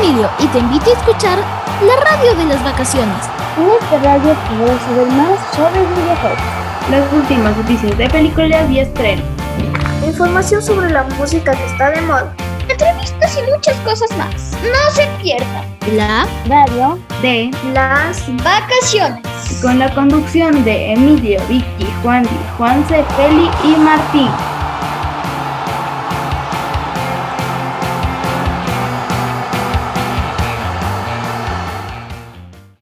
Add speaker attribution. Speaker 1: Radio y te invito a escuchar la radio de las vacaciones.
Speaker 2: En esta radio podrás saber más sobre videojuegos,
Speaker 3: las últimas noticias de películas y estrenos,
Speaker 4: información sobre la música que está de moda,
Speaker 5: entrevistas y muchas cosas más. No se pierdan
Speaker 1: la
Speaker 2: radio
Speaker 3: de
Speaker 4: las
Speaker 5: vacaciones.
Speaker 3: Con la conducción de Emilio, Vicky, Juan, Juanse, Feli y Martín.